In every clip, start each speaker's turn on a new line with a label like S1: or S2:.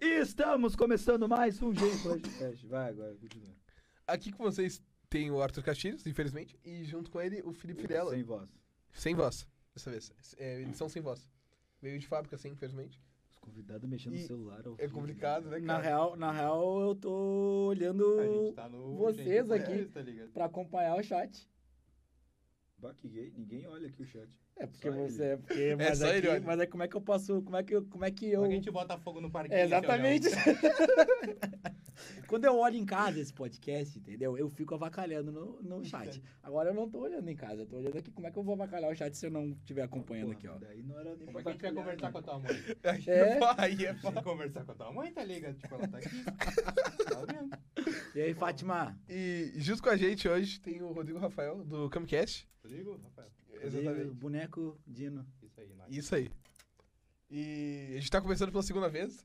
S1: Estamos começando mais um G Flashcast. Vai agora, continua.
S2: Aqui com vocês tem o Arthur Castilhos, infelizmente, e junto com ele o Felipe Fidela.
S1: Sem voz.
S2: Sem voz, dessa vez. É, edição sem voz. Veio de fábrica, assim, infelizmente.
S1: Os convidados mexendo no
S2: E
S1: celular. ao
S2: É
S1: vivo.
S2: complicado, né, cara?
S3: Na real, na real, eu tô
S4: A gente
S3: olhando
S4: tá no
S3: vocês
S4: gente,
S3: aqui.
S4: tá ligado?
S3: pra acompanhar o chat.
S1: Bah, que gay. Ninguém olha aqui o chat.
S3: É porque
S1: Só
S3: você. É porque, mas,
S2: só ele
S3: aqui,
S2: olha.
S3: mas aí como é que eu posso. Como é que eu. Como é que eu...
S4: Como é que a gente bota fogo no parquinho?
S3: É, exatamente. Quando eu olho em casa esse podcast, entendeu? Eu fico avacalhando no, no chat. Agora eu não tô olhando em casa, eu tô olhando aqui. Como é que eu vou avacalhar o chat se eu não estiver acompanhando
S1: Porra,
S3: aqui, ó?
S1: Daí não era nem né?
S4: Como é que a gente vai conversar com a tua mãe?
S2: Aí
S3: É.
S2: é pá, aí é
S4: Vai
S2: pá.
S4: conversar com a tua mãe, tá ligado? Tipo, ela tá aqui. Tá vendo?
S3: E aí, Fátima?
S2: E junto com a gente hoje tem o Rodrigo Rafael, do Camcast.
S4: Tá ligado, Rafael?
S3: Cadê o
S2: Exatamente.
S3: Boneco Dino.
S4: Isso aí, nós.
S2: Isso aí. E a gente tá começando pela segunda vez.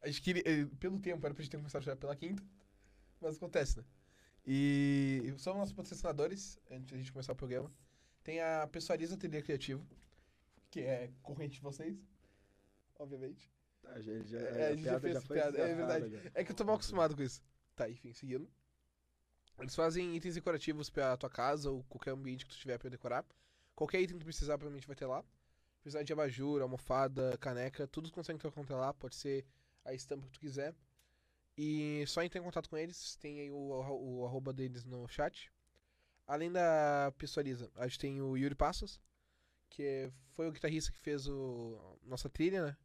S2: A gente queria. eh, Pelo tempo, era pra gente ter começado já pela quinta. Mas acontece, né? E são nossos patrocinadores, antes da gente começar o programa. Tem a Pessoaliza Ateliê Criativo, que é corrente de vocês, obviamente.
S1: Tá, já, já,
S2: É, a gente já fez piada, é verdade. É que eu tô mal acostumado com isso. Tá, enfim, seguindo. Eles fazem itens decorativos pra tua casa ou qualquer ambiente que tu tiver pra decorar. Qualquer item que tu precisar, provavelmente vai ter lá. Precisar de abajur, almofada, caneca, tudo tu consegue trocar até lá. Pode ser a estampa que tu quiser. E só entrar em contato com eles. Tem aí o, arro- o arroba deles no chat. Além da Pessoaliza, a gente tem o Yuri Passos, que é- foi o guitarrista que fez o nossa trilha, né?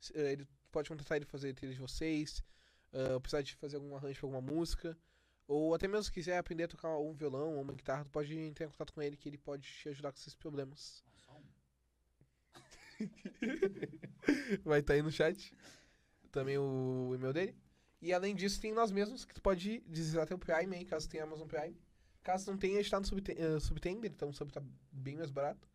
S2: S- eh, Ele pode contratar ele pra fazer a trilha de vocês ah, precisar de fazer algum arranjo pra alguma música, ou até mesmo se quiser aprender a tocar um violão ou uma guitarra, tu pode entrar em contato com ele que ele pode te ajudar com esses problemas. um. Vai estar aí no chat. Também o e-mail dele. E além disso, tem nós mesmos que tu pode deslizar teu Prime aí, caso tenha Amazon Prime. Caso não tenha, a gente tá no Subte- eh, Subtender, então o sub tá bem mais barato.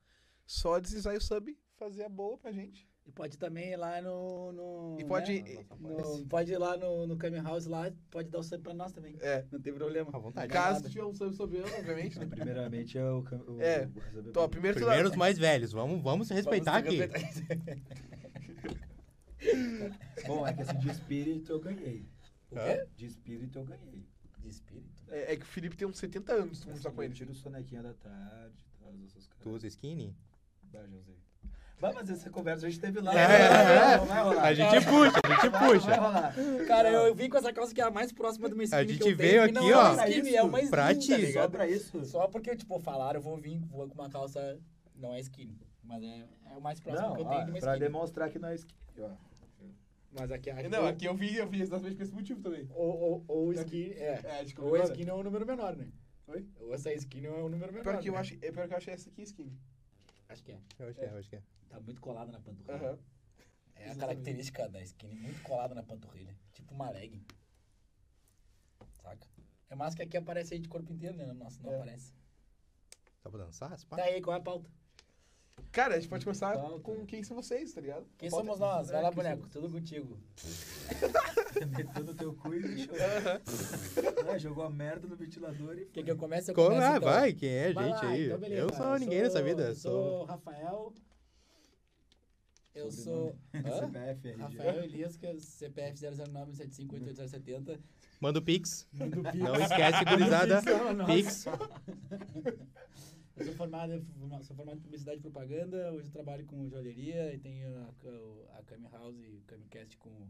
S2: Só deslizar aí o sub, fazer a boa pra gente.
S3: E pode também ir lá no. no
S2: E pode.
S3: né?
S4: Nossa,
S3: No- pode ir lá no, no Cami House lá, pode dar o sub pra nós também.
S2: É.
S3: Não tem problema.
S4: À vontade.
S2: Caso tiver um sub sobre eu, obviamente, né?
S1: Primeiramente é o... cam- o
S2: É,
S1: o-
S2: Então, ó, primeiro tu dá-
S5: Primeiro os mais velhos, vamos, vamos se respeitar
S3: Vamos
S5: aqui.
S1: Bom, é que assim, de espírito eu ganhei.
S3: O quê?
S1: De espírito eu ganhei.
S3: De espírito.
S2: É, é que o Felipe tem uns 70 anos, tu conversar com
S1: eu
S2: ele.
S1: tiro sonequinha da tarde, tal, essas
S5: Tu
S1: coisas.
S5: usa skinny?
S1: Vai, José. Vai, mas essa conversa a gente teve lá.
S5: É, é.
S1: não vai rolar.
S5: A gente puxa, a gente
S1: Vai, Não vai
S5: puxa.
S1: rolar.
S3: Cara, eu vim com essa calça que é a mais próxima do meu skinny
S5: A
S3: que
S5: gente
S3: eu
S5: veio
S3: tenho, que não
S5: aqui,
S3: é uma
S5: ó,
S3: skinny, é uma skin,
S5: pra
S3: tá
S5: ti.
S3: ligado?
S1: Só pra isso?
S3: Só porque, tipo, falaram, eu vou vir vou com uma calça, não é skinny, mas é, é o mais próximo
S1: Não,
S3: que eu
S1: ó,
S3: tenho de uma
S1: pra
S3: skinny.
S1: demonstrar que não é skin. ó.
S3: Mas aqui, aqui
S2: Não,
S3: ou-
S2: aqui eu vi, eu vi exatamente por esse motivo também.
S3: Ou, ou, ou skinny, é.
S2: É, de
S3: Ou
S2: combinar, né?
S3: skinny é um número menor, né?
S2: Oi?
S3: Ou essa skinny é um número menor,
S2: Pior que eu
S3: né?
S2: acho, é pior que eu acho essa aqui skin.
S3: Acho que é.
S5: Eu acho que é, eu acho que é.
S3: Tá muito colada na panturrilha.
S2: Aham.
S3: É a característica da skinny, muito colada na panturrilha. Tipo uma leg. Saca? É mais que aqui aparece aí de corpo inteiro, né? Nossa, não
S2: É.
S3: aparece.
S5: Dá pra dançar? as pá?
S3: Tá aí, qual é a pauta?
S2: Cara, a gente pode começar
S1: Falta.
S2: com quem são vocês, tá ligado?
S3: Quem
S2: Falta-
S3: somos nós? Vai lá,
S2: É, quem
S3: boneco. Tudo contigo.
S1: Meteu no teu cu e deixou. É, jogou a merda no ventilador e.
S3: Quer que eu comece? Eu
S5: Como-
S3: começo,
S5: ah,
S3: então.
S5: vai, quem é a gente
S3: Vai lá,
S5: aí?
S3: então, beleza.
S5: eu sou ninguém nessa vida,
S3: Eu
S5: eu
S3: sou
S5: sou...
S3: o Rafael. Eu sou...
S1: Sobrenome.
S3: Hã?
S1: CPF, RG.
S3: Rafael é Elisca, CPF 009758870,
S5: Manda o Pix.
S3: Mundo Pix.
S5: Não esquece, gurizada.
S3: Não,
S5: Pix.
S3: Eu sou formado, em- sou formado em publicidade e propaganda, hoje eu trabalho com joalheria e tenho a, ca- o- a Cami House e o Camicast com,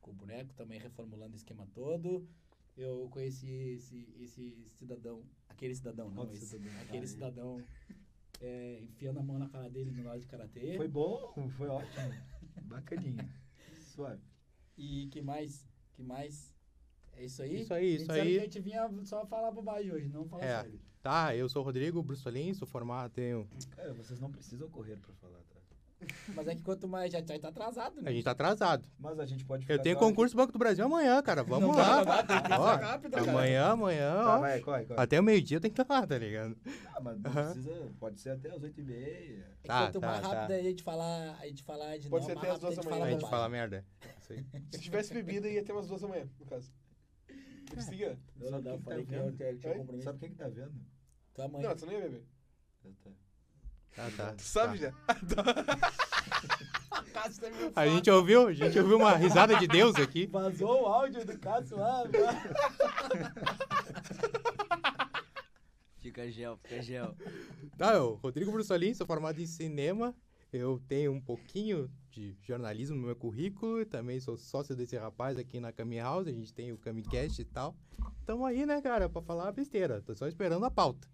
S3: com o boneco, também reformulando o esquema todo. Eu conheci esse, esse cidadão, aquele cidadão, não,
S1: Outro
S3: esse,
S1: cidadão.
S3: aquele
S1: Aí.
S3: cidadão é, enfiando a mão na cara dele no lado de karatê.
S1: Foi bom, foi ótimo. Bacaninha. Suave.
S3: E que mais? Que mais? É isso aí?
S5: Isso aí,
S3: Me
S5: isso
S3: disseram que A
S5: aí.
S3: gente vinha só falar bobagem hoje, não falar
S5: É.
S3: sério.
S5: Tá, eu sou o Rodrigo Brustolin, sou formado, tenho...
S1: Cara, vocês não precisam correr pra falar, tá?
S3: Mas é que quanto mais já tá atrasado, né?
S5: A gente tá atrasado.
S1: Mas a gente pode ficar.
S5: Eu tenho
S1: agora.
S5: concurso do Banco do Brasil amanhã, cara, vamos
S3: Tá Não
S5: lá.
S3: dá pra dar, tem que ser
S5: Ó,
S3: rápido, cara.
S5: Amanhã, amanhã,
S1: Tá,
S5: ó.
S1: vai, corre, corre.
S5: Até o meio-dia eu tenho que estar lá, tá ligado?
S1: Ah, mas não
S5: Aham.
S1: precisa. Pode ser até as 8h30.
S3: É que
S5: Tá,
S3: quanto mais
S5: tá, tá.
S3: rápido a gente falar, a gente falar de
S2: Pode
S3: norma,
S2: ser até as
S3: mais rápido
S2: duas da
S3: a gente
S2: manhã.
S5: A
S3: fala
S5: gente
S3: bobagem.
S5: fala merda. Isso aí.
S2: somos? Se tivesse bebida, ia ter umas duas da manhã, no caso.
S3: É.
S2: Siga.
S3: Não, não dá, eu
S1: Sabe
S3: falei
S1: quem
S3: que
S1: tá
S3: eu
S1: vendo?
S3: tinha- tinha
S2: Oi?
S3: compromisso.
S1: Sabe quem que tá vendo?
S3: Tua mãe.
S2: Não, tu não ia beber.
S1: Ah, tá.
S5: Tá, tá.
S2: Tu sabe
S5: tá.
S2: já.
S3: Cássio também
S5: A gente ouviu, a gente ouviu uma risada de Deus aqui.
S3: Vazou o áudio do Cássio lá. mano.
S6: Fica gel, fica gel.
S5: Tá, eu, Rodrigo Brussolin, sou formado em cinema. Eu tenho um pouquinho de jornalismo no meu currículo. e Também sou sócio desse rapaz aqui na Cami House. A gente tem o Camicast e tal. Tamo aí, né, cara, pra falar besteira. Tô só esperando a pauta.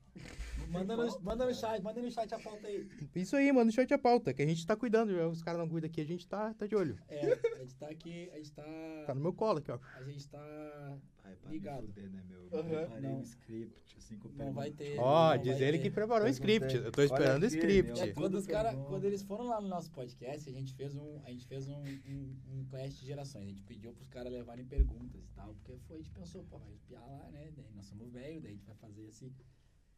S3: Manda no, manda no chat, manda no chat a pauta aí.
S5: Isso aí, mano, show de pauta, que a gente tá cuidando. já Os caras não cuidam aqui, a gente tá, tá de olho.
S3: É, a gente tá aqui, a gente tá.
S5: Tá no meu colo aqui, ó.
S3: A gente tá.
S4: Ai, pra
S3: Ligado.
S4: me fuder, né, meu? Eu
S2: Aham.
S4: preparei
S3: Não.
S4: um script, assim, com
S3: Não vai ter.
S5: Tá. Ó,
S3: não
S5: diz
S3: vai
S5: ele
S3: ter.
S5: que preparou o
S4: Perguntei.
S5: script. Eu tô
S4: Olha
S5: esperando o
S4: aqui,
S5: script.
S4: meu.
S3: É, Quando, os
S4: Tudo
S3: cara,
S4: pergunta.
S3: quando eles foram lá no nosso podcast, a gente fez um, a gente fez um, um, um clash de gerações. A gente pediu pros caras levarem perguntas e tal, porque foi, a gente pensou, pô, vai espiar lá, né? Daí nós somos velho, daí a gente vai fazer assim.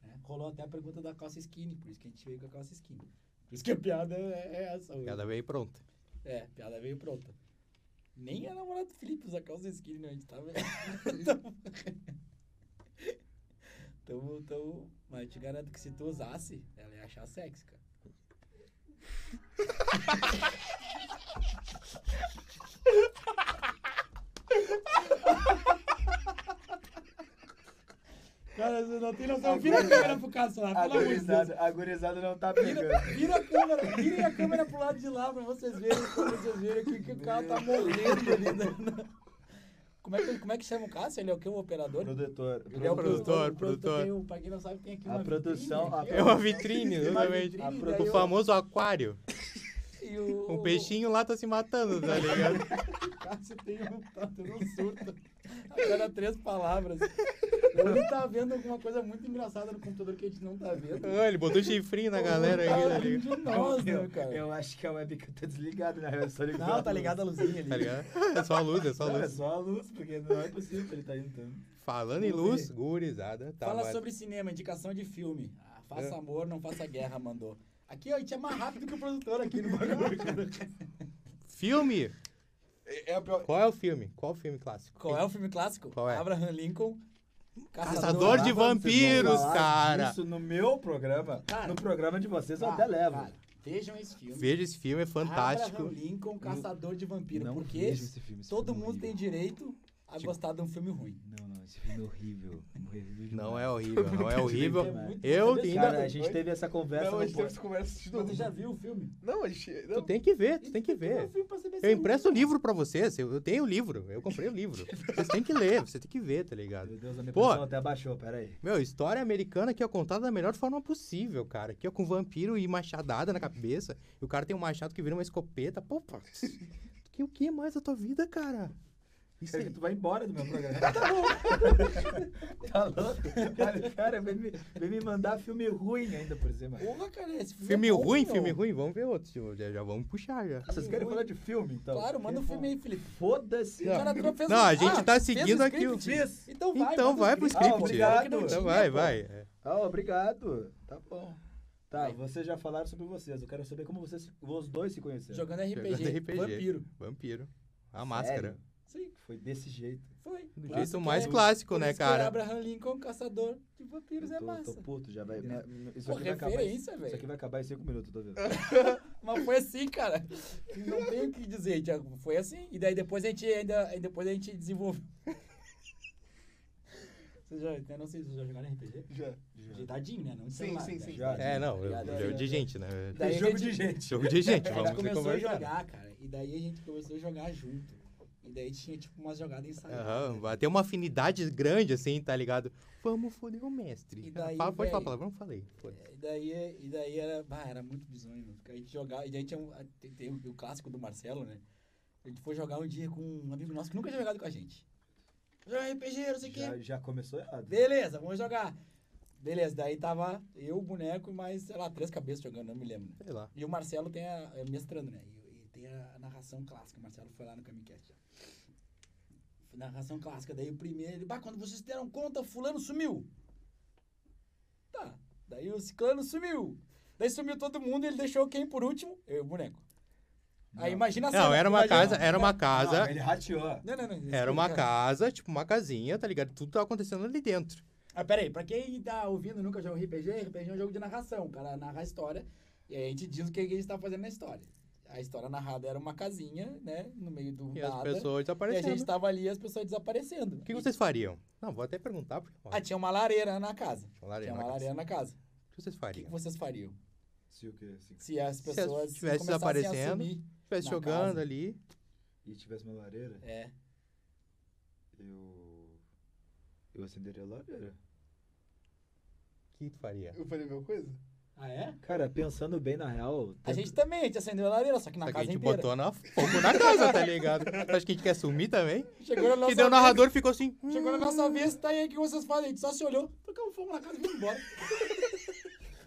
S3: né? Rolou até a pergunta da calça skinny, por isso que a gente veio com a calça skinny. Por isso que a piada é é essa. hoje.
S5: Cada vez pronta.
S3: É, a piada veio pronta. Nem a namorada do Felipe usa calça skinny, não. A gente tá tava. tamo, tamo. Mas eu te garanto que se tu usasse, ela ia achar sexy, cara. Cara, você não tem noção. Vira a câmera pro Cássio lá,
S4: A
S3: pelo amor de Deus.
S4: gurizada, a gurizada não tá pegando.
S3: Vira a câmera, virem a câmera pro lado de lá pra vocês verem, pra vocês verem que, que o cara tá morrendo ali. na- Como é, que, como é que chama o Cássio? Ele é o que? O operador?
S4: Produtor.
S3: Ele é o
S5: Produtor,
S3: O
S5: produtor.
S3: Tem, um- pra quem não sabe, tem aqui
S4: A
S3: uma
S4: produção-
S3: vitrine aqui,
S4: a
S5: É
S3: ó.
S5: uma vitrine,
S3: Uma
S5: exatamente.
S3: vitrine,
S4: A
S3: daí
S5: O
S3: eu-
S5: famoso aquário.
S3: e o-
S5: Um peixinho lá tá se matando, tá ligado?
S3: O Cássio tem um, tá tendo um surto. A cada três palavras. Ou ele tá vendo alguma coisa muito engraçada no computador que a gente não tá vendo.
S5: Ah, Ele botou chifrinho na galera aí,
S3: Ou
S5: tá
S3: tá rindo
S5: ligado?
S3: de nós, né,
S4: Eu,
S3: cara?
S4: eu acho que a webcam tá desligada, né? Eu só
S3: Não, tá ligada a luzinha ali.
S5: Tá ligado? É só a luz, é só a
S4: Não, é
S5: luz.
S4: só a luz, porque não é possível que ele tá entrando.
S5: Falando em luz, gurizada, tá
S3: Fala
S5: mas- É.
S3: sobre cinema, indicação de filme. Ah, faça amor, não faça guerra, mandou. Aqui, ó, a gente é mais rápido que o produtor aqui no bagulho. cara.
S5: Filme!
S2: É a pior.
S5: Qual é o filme? Qual o filme clássico?
S3: Qual é o filme clássico?
S5: Qual é?
S3: Abraham Lincoln.
S5: Caçador de
S4: Vocês vão
S5: vampiros,
S4: falar
S5: cara.
S4: Isso no meu programa.
S3: Cara.
S4: no programa de vocês eu
S3: Cara,
S4: até levo.
S3: cara, Vejam esse filme.
S5: Veja esse filme, é fantástico.
S3: Abraham Lincoln, Caçador de Vampiros.
S4: Não
S3: Porque
S4: vejo esse filme, esse
S3: todo
S4: filme é
S3: mundo tem
S4: horrível.
S3: direito a
S4: Tipo-
S3: gostar de um filme ruim.
S4: Não, não, esse filme é horrível. Horrível
S5: Não
S4: demais.
S5: é horrível, não é
S3: É
S5: horrível.
S3: muito-
S5: Eu
S3: Sabe-
S5: ainda.
S4: Cara, a gente teve essa conversa
S2: Não, a
S4: no
S2: gente teve essa conversa assistindo.
S3: Mas tu já viu o filme?
S2: Não, a gente.
S5: Tu
S2: Não.
S5: tem que ver, tu tem que
S3: ver
S5: ver.
S3: é
S5: Eu empresto o livro pra vocês, eu eu tenho o livro, eu comprei o livro. Vocês têm que ler, você tem que ver, tá ligado?
S4: Meu Deus, a minha
S5: Pô.
S4: pressão até abaixou, peraí.
S5: Meu, história americana aqui, ó, contada da melhor forma possível, cara. Aqui, ó, com vampiro e machadada na cabeça. E o cara tem um machado que vira uma escopeta. Pô, pá. que, o que mais da tua vida, cara? Isso é
S4: Quero
S5: aí.
S4: que tu vai embora do meu programa. tá louco. tá louco? Cara, cara vem, me, vem me mandar filme ruim ainda por cima.
S3: Porra, cara, esse filme.
S5: Filme
S3: é bom,
S5: ruim,
S3: meu.
S5: filme ruim, vamos ver outro. tio. Já, já vamos puxar, já.
S4: Vocês querem falar de filme, então?
S3: Claro, manda um filme aí, Felipe.
S4: Foda-se.
S3: O cara tropeçou.
S5: Não, a gente
S3: Ah,
S5: tá
S3: fez o
S5: seguindo aqui
S3: script?
S5: o-
S4: Fiz.
S3: Então vai,
S5: Então
S3: manda o
S5: vai pro
S4: script.
S5: script.
S4: Ah, obrigado.
S3: Não tinha,
S5: Então vai,
S3: pô.
S5: vai. É.
S4: Ah, obrigado. Tá bom. Tá,
S3: Vai.
S4: vocês já falaram sobre vocês. Eu quero saber como vocês, se- os dois se conheceram.
S3: Jogando RPG.
S5: Jogando RPG.
S3: Vampiro.
S5: Vampiro. A
S4: Sério?
S5: máscara.
S3: Sim,
S4: Foi desse jeito.
S3: foi.
S5: Do
S3: Clássico,
S5: jeito mais
S3: né?
S5: clássico,
S3: Por
S5: né,
S3: isso que
S5: cara?
S3: Abraham Lincoln, caçador de vampiros, é
S4: Eu tô, tô
S3: massa.
S4: puto já, vai. minha- minha- Isso
S3: Pô,
S4: aqui vai acabar. em-
S3: referência,
S4: Isso aqui
S3: velho.
S4: vai acabar em cinco minutos, tô vendo.
S3: Mas foi assim, cara. Não tem o que dizer, Thiago. Foi assim. E daí depois a gente ainda. aí Depois a gente desenvolveu. Vocês já. Eu não sei se vocês já jogaram RPG.
S2: Já.
S3: Ajeitadinho, né? Não de
S2: Sim,
S3: celular,
S2: sim,
S3: né?
S2: sim.
S4: Já.
S5: É, não, eu-
S3: Obrigado,
S5: eu-
S3: obrigado.
S5: de gente, né?
S3: Daí a
S4: Jogo
S3: gente-
S4: de gente.
S5: Jogo de gente,
S3: A gente
S5: vamos
S3: começou a
S5: conversar.
S3: jogar, né? cara. E daí a gente começou a jogar junto. E daí tinha, tipo, umas jogadas ensaiadas.
S5: Aham, vai ter uma afinidade grande, assim, tá ligado? Vamos foder o mestre.
S3: E daí,
S5: Fala- pode
S3: velho?
S5: falar a palavra, não falei. Foda-se.
S3: E daí, e daí era, bah, era muito bizonho, meu. Porque a gente jogava, e daí tinha um, a- tem, tem o, o clássico do Marcelo, né? A gente foi jogar um dia com um amigo nosso que nunca tinha jogado com a gente. Jogar RPG, não sei o
S4: Já,
S3: quê.
S4: já começou errado.
S3: Beleza, vamos jogar. Beleza, daí tava eu, o boneco e mais, sei lá, três cabeças jogando, não me lembro, né?
S5: Sei lá.
S3: E o Marcelo tem a, é mestrando, né? E, e tem a, narração clássica. O Marcelo foi lá no Camicast já. Narração clássica. Daí o primeiro, ele, bah, quando vocês se deram conta, fulano sumiu. Tá. Daí o ciclano sumiu. Daí sumiu todo mundo e ele deixou quem por último? Eu e o boneco. Aí imagina a
S5: Não,
S3: cena,
S5: era uma
S3: imagina-
S5: casa, era uma
S4: Não,
S5: casa,
S4: ele rateou.
S3: Não, não, não.
S5: era uma
S3: explica.
S5: casa, tipo uma casinha, tá ligado? Tudo tava acontecendo ali dentro.
S3: Ah, peraí, pra quem tá ouvindo e nunca jogou RPG, RPG é um jogo de narração. O cara narra a história e aí a gente diz o que que a gente tá fazendo na história. A a história narrada era uma casinha, né? No meio do
S5: E as
S3: nada. e
S5: pessoas
S3: a
S5: desaparecendo.
S3: gente tá tava ali e as pessoas desaparecendo.
S5: O que vocês fariam? Não, vou até perguntar. Porque...
S3: Ah, tinha uma lareira na casa.
S5: Tinha uma lareira
S3: Tinha uma
S5: na casa.
S3: lareira na casa.
S5: O que vocês
S3: O que, que
S5: fariam?
S3: vocês fariam?
S1: Se o quê? Se...
S3: Se as
S5: Se as
S3: pessoas
S5: tivesse
S3: começassem a
S5: desaparecendo.
S3: assumir.
S5: Se estivesse
S3: Na
S5: jogando
S3: casa.
S5: ali,
S1: E tivesse uma lareira,
S3: É.
S1: eu. Eu acenderia a lareira.
S5: o que tu faria?
S3: Eu falei a mesma coisa? Ah, é?
S4: Cara, pensando bem na real. tá,
S3: A gente também, a gente acendeu a lareira, só que na
S5: Só que a
S3: casa
S5: gente
S3: inteira.
S5: botou na fogo na casa, tá ligado? Acho que a gente quer sumir também.
S3: Chegou na nossa
S5: E daí o
S3: vez-
S5: narrador ficou assim. "Hum,
S3: Chegou na nossa vez, tá e aí o que vocês fazem? A gente só se olhou, tocamos fogo na casa e foi embora.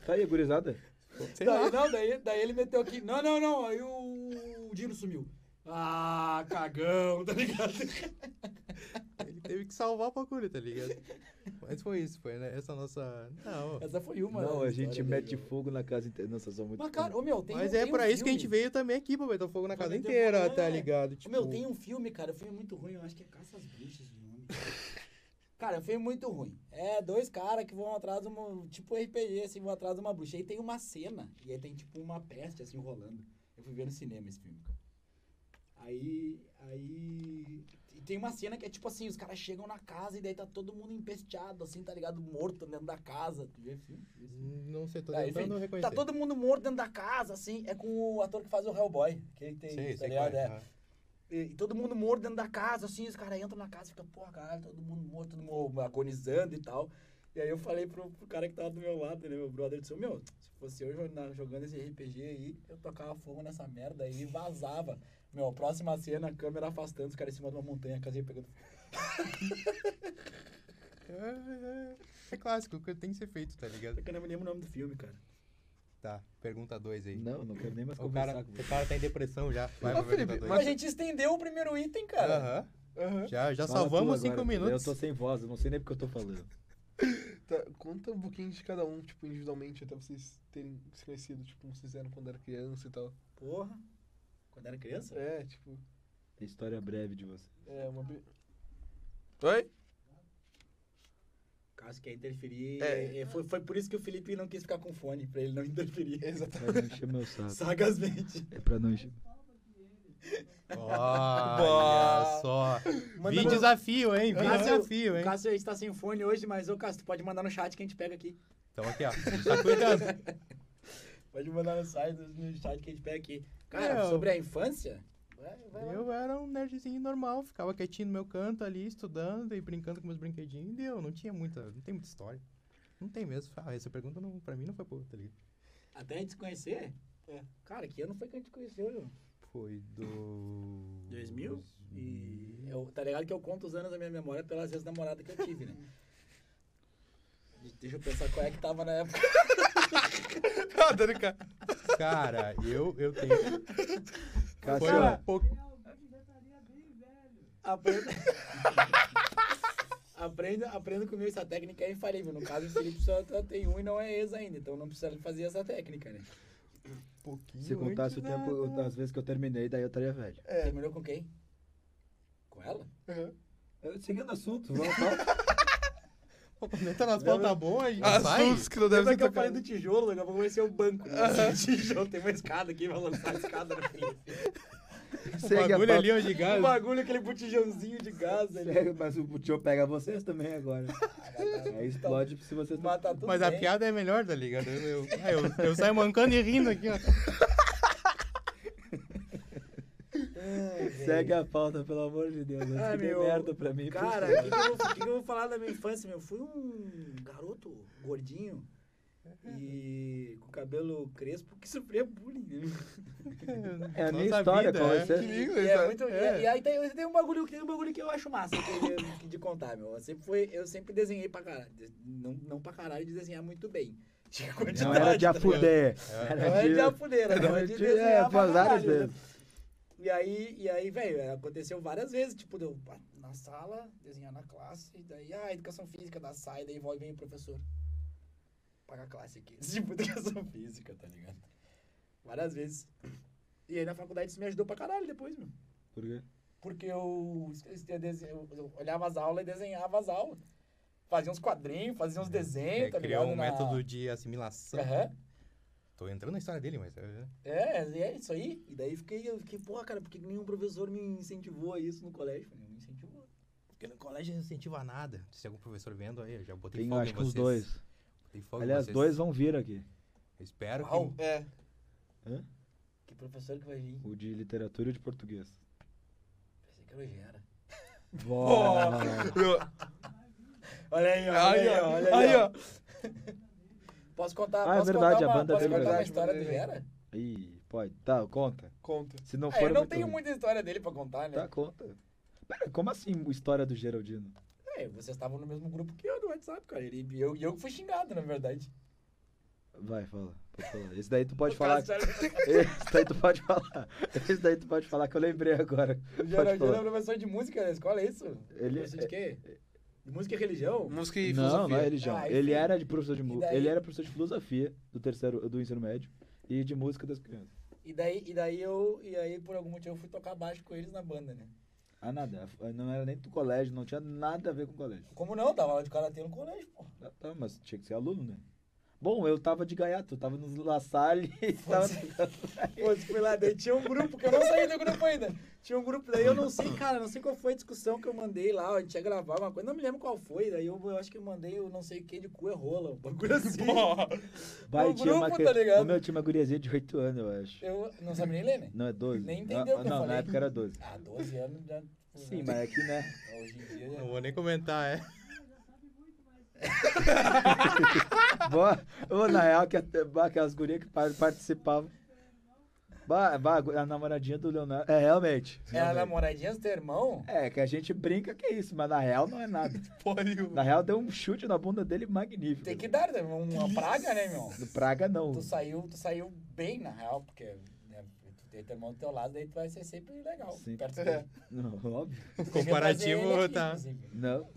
S4: Tá aí, gurizada.
S5: sei lá.
S3: daí, não, daí, daí ele meteu aqui. Não, não, não. Aí o, o Dino sumiu. Ah, cagão, tá ligado?
S5: Ele teve que salvar o bagulho, tá ligado? Mas foi isso, foi né? essa nossa. Não.
S3: Essa foi uma.
S4: Não,
S3: né,
S4: a gente
S3: história
S4: mete
S3: dele.
S4: fogo na casa inteira. Nossa, são muito.
S3: Mas, cara, ô meu, tem
S5: Mas
S3: um-
S5: é
S3: tem um
S5: pra isso que a gente
S3: filme.
S5: veio também aqui, pra botar fogo na casa
S3: Mas é
S5: inteira,
S3: bom,
S5: tá
S3: é.
S5: ligado? Tipo,
S3: Meu, tem um filme, cara. O filme é muito ruim. Eu acho que é Caça às Bruxas o nome. Cara, é um filme muito ruim. É dois caras que vão atrás de uma. Tipo RPG, assim, vão atrás de uma bruxa. Aí tem uma cena. E aí tem tipo uma peste, assim, rolando. Eu fui ver no cinema esse filme, cara. Aí. Aí. E tem uma cena que é tipo assim: os caras chegam na casa e daí tá todo mundo empesteado, assim, tá ligado? Morto dentro da casa. Tu já viu esse filme?
S5: Não sei, tô
S3: Tá,
S5: tentando
S3: enfim,
S5: reconhecer.
S3: Tá todo mundo morto dentro da casa, assim. É com o ator que faz o Hellboy. Que ele tem.
S5: Sei,
S3: tá
S5: sei
S3: ligado?
S5: qual é,
S3: É.
S5: tá.
S3: E, e todo mundo morto dentro da casa, assim, os caras entram na casa e ficam, porra, caralho, todo mundo morto, todo mundo agonizando e tal. E aí eu falei pro, pro cara que tava do meu lado, né, meu brother, disse, meu, se fosse eu jogando, jogando esse RPG aí, eu tocava fogo nessa merda aí e vazava. Meu, próxima cena, a câmera afastando, os caras em cima de uma montanha, a casinha pegando fogo.
S5: É, é, é clássico, que tem que ser feito, tá ligado?
S3: Só que Eu não me lembro o nome do filme, cara.
S5: Tá, pergunta 2 aí.
S4: Não, não quero nem mais
S5: O
S4: conversar
S5: cara,
S4: com
S5: o cara tá em depressão já. Vai
S2: Ô,
S5: pra pergunta
S2: Felipe,
S5: dois.
S3: Mas a gente estendeu o primeiro item, cara.
S5: Aham.
S2: Aham.
S5: Já, já
S4: Fala tu
S5: salvamos
S4: agora,
S5: 5
S4: entendeu?
S5: minutos.
S4: Eu tô sem voz, eu não sei nem porque eu tô falando.
S2: Tá, conta um pouquinho de cada um, tipo, individualmente, até vocês terem se conhecido, tipo, como vocês eram quando era criança e tal.
S3: Porra. Quando era criança?
S2: É, tipo,
S4: História breve de você.
S2: é uma... be- Oi?
S3: Caso quer interferir.
S2: É.
S3: é, foi, foi por isso que o Felipe não quis ficar com fone, pra ele não interferir.
S2: Exatamente.
S4: Pra não encher meu saco.
S3: Sagazmente.
S4: É pra não encher.
S5: Olha só.
S3: Manda
S5: Vi
S3: no-
S5: desafio, hein? Vi
S3: Cássio-
S5: desafio,
S3: O
S5: hein?
S3: Cássio está sem fone hoje, mas ô Cássio, tu pode mandar no chat que a gente pega aqui.
S5: Então aqui, ó. A gente tá cuidando.
S3: Pode mandar no site, no chat que a gente pega aqui. Cara,
S5: Meu.
S3: sobre a infância. Vai, vai lá.
S5: Eu era um nerdzinho normal, ficava quietinho no meu canto ali, estudando e brincando com meus brinquedinhos. E deu, não tinha muita. Não tem muita história. Não tem mesmo. Ah, essa pergunta não, pra mim não foi boa, tá ligado?
S3: Até a gente se conhecer. Cara, que ano foi que a gente conheceu, meu?
S5: Foi do.
S3: 2000? E eu, tá ligado que eu conto os anos da minha memória pelas ex-namoradas que eu tive, né? De- Deixa eu pensar qual é que tava na época.
S5: Cara, eu, eu tenho.
S4: Cássio,
S5: Foi um pouco.
S3: Aprenda. aprenda, aprenda comigo, essa técnica é infalível. No caso, o Felipe só tá- tem um e não é ex ainda, então não precisa fazer essa técnica, né?
S5: pouquinho
S4: se contasse o
S5: antes da-
S4: tempo, eu- as vezes que eu terminei, daí eu estaria velho.
S3: Terminou É, com quem? Com ela?
S4: É, Seguindo o assunto, vamos né? falar.
S5: Pô, Comenta nas pautas boas, a gente vai.
S2: Assuntos que não devem
S3: Lembra
S2: ser
S3: que eu falei
S2: tocados.
S3: do tijolo? Daqui a pouco vai ser o banco. né? tijolo, tem uma escada aqui, vai lançar a escada na frente.
S5: O
S4: Segue a
S5: bagulho
S4: pauta.
S5: ali onde
S3: O
S5: gás.
S3: bagulho, aquele botijãozinho de gás ali.
S4: Segue, Mas o tio pega vocês também agora. Aí É, explode se vocês não.
S3: Mata tudo
S5: tá- Mas a
S3: bem.
S5: piada é melhor, tá ligado? Eu, eu, ah, eu- eu saio mancando e rindo aqui, ó.
S3: Ai,
S4: Segue a pauta, pelo amor de Deus. Não
S3: Ai,
S4: fiquei
S3: meu-
S4: merda pra mim. por
S3: Cara,
S4: favor.
S3: o que, que eu vou- o que que eu vou falar da minha infância, meu? Eu fui um garoto gordinho e com cabelo crespo que sofria bullying. né?
S4: é a minha
S5: Nossa
S4: história,
S5: vida,
S4: qual
S5: é.
S4: vai ser?
S2: Que lindo,
S3: E, é
S2: sabe?
S3: muito- e-
S5: É.
S3: e aí tem, tem um bagulho, tem um bagulho que eu acho massa que- que de contar, meu. Eu sempre, foi, eu sempre desenhei pra caralho. De- Não, não pra caralho de desenhar muito bem. Tinha quantidade.
S4: Não era de
S3: tá ligado?
S4: afuder.
S3: Não era de afudeira,
S4: Era
S3: era de
S4: de-
S3: desenhar
S4: é,
S3: pra
S4: pô, várias
S3: caralho, né?
S4: vezes.
S3: E aí, e aí, velho, aconteceu várias vezes, tipo, deu pá, na sala, desenhar na classe, e daí, ah, educação física dá sai, daí volta e vem o professor. Paga a classe aqui. Tipo, educação física, tá ligado? Várias vezes. E aí na faculdade isso me ajudou pra caralho depois, meu.
S4: Por quê?
S3: Porque eu, eu, desen- eu- eu olhava as aulas e desenhava as aulas. Fazia uns quadrinhos, fazia uns desenhos,
S5: É,
S3: tá
S5: criou
S3: ligado?
S5: um
S3: Na-
S5: método de assimilação.
S3: Aham.
S5: Tô entrando na história dele, mas... é-
S3: É, é isso aí. E daí fiquei, eu fiquei, porra, cara, por que que nenhum professor me incentivou a isso no colégio? Falei, me incentivou.
S5: Porque no colégio não incentiva nada. Se algum professor vendo aí, eu já botei
S4: Tem,
S5: fogo
S4: acho
S5: em
S4: que uns
S5: vocês.
S4: dois.
S5: Botei fogo em
S4: Aliás,
S5: vocês.
S4: dois vão vir aqui.
S5: Eu espero
S3: Uau.
S5: que...
S2: É.
S3: Que professor que vai vir?
S4: O de literatura e o de português.
S3: Pensei que era o Gera.
S4: Bora.
S3: Olha aí,
S2: Aí,
S3: ó. olha aí, ó,
S2: ó.
S3: olha
S2: Aí, ó.
S3: Posso contar,
S4: Ah, é
S3: posso
S4: verdade,
S3: contar
S4: a
S3: uma,
S4: banda
S3: posso
S4: dele é
S3: contar uma
S2: verdade, a
S3: história do
S2: banda
S3: Gera?
S4: Ih, pode. Tá, conta.
S2: Conta.
S4: Se não
S3: Ah,
S4: for
S3: eu não
S4: muito
S3: tenho
S4: ruim.
S3: muita história dele pra contar, né?
S4: Tá, conta. Pera, como assim história do Geraldino?
S3: É, vocês estavam no mesmo grupo que eu no WhatsApp, cara. Ele, e eu, e eu que fui xingado, na verdade.
S4: Vai, fala. Pode falar. Esse daí tu pode
S3: Por
S4: falar.
S3: causa de-
S4: Esse daí tu pode falar. Esse daí tu pode falar que eu lembrei agora.
S3: O Geraldino
S4: falar.
S3: é professor de música na escola, é isso?
S4: Ele
S3: Professor de quê? De música e religião?
S2: Música e
S4: Não, não é
S2: filosofia.
S4: religião.
S3: Ah,
S4: ele
S3: enfim.
S4: era de professor de
S3: E
S4: música.
S3: daí?
S4: Ele era professor de filosofia do terceiro do ensino médio e de música das crianças.
S3: E daí, e daí eu, e aí por algum motivo eu fui tocar baixo com eles na banda, né?
S4: Ah, nada. Não era nem do colégio, não tinha nada a ver com o colégio.
S3: Como não? Dava aula de karatê no colégio, pô.
S4: Ah, tá, mas tinha que ser aluno, né? Bom, eu tava de gaiato, eu tava nos La Salle e tava.
S3: Pô, isso foi lá, daí tinha um grupo, que eu não saí do grupo ainda. Tinha um grupo, daí eu não sei, cara, não sei qual foi a discussão que eu mandei lá, a gente ia gravar uma coisa, não me lembro qual foi, daí eu, eu acho que eu mandei o não sei o que de cu é rola, um bagulho assim.
S4: Vai,
S3: No
S4: tinha uma
S3: grupo,
S4: cri-
S3: tá ligado?
S4: O meu tinha uma guriazinha de 8 anos, eu acho.
S3: Eu não sabe nem ler, né?
S4: Não, é 12.
S3: Nem
S4: Não,
S3: entendeu o que eu
S4: Não, na
S3: falei.
S4: época era 12.
S3: Ah, 12 anos já.
S4: Sim, mas aqui, né?
S3: Hoje em dia já.
S5: Não vou nem comentar, é.
S4: Boa. Ô, na real, que até- bah, aquelas gurias que par- participavam. Bah, bah, a namoradinha do Leonardo. É, realmente.
S3: É a namoradinha do teu irmão?
S4: É, que a gente brinca que é isso, mas na real não é nada.
S2: Pariu.
S4: Na real, deu um chute na bunda dele magnífico.
S3: Tem que dar, né? uma praga, né, meu?
S4: No Praga, não.
S3: Tu saiu, tu saiu bem, na real, porque né, tu tem teu irmão do teu lado, daí tu vai ser sempre legal.
S4: Sim.
S3: Perto
S2: É.
S3: dele.
S4: Não, óbvio.
S3: Devia
S5: Comparativo,
S3: trazer ele aqui,
S5: tá.
S3: inclusive.
S4: Não.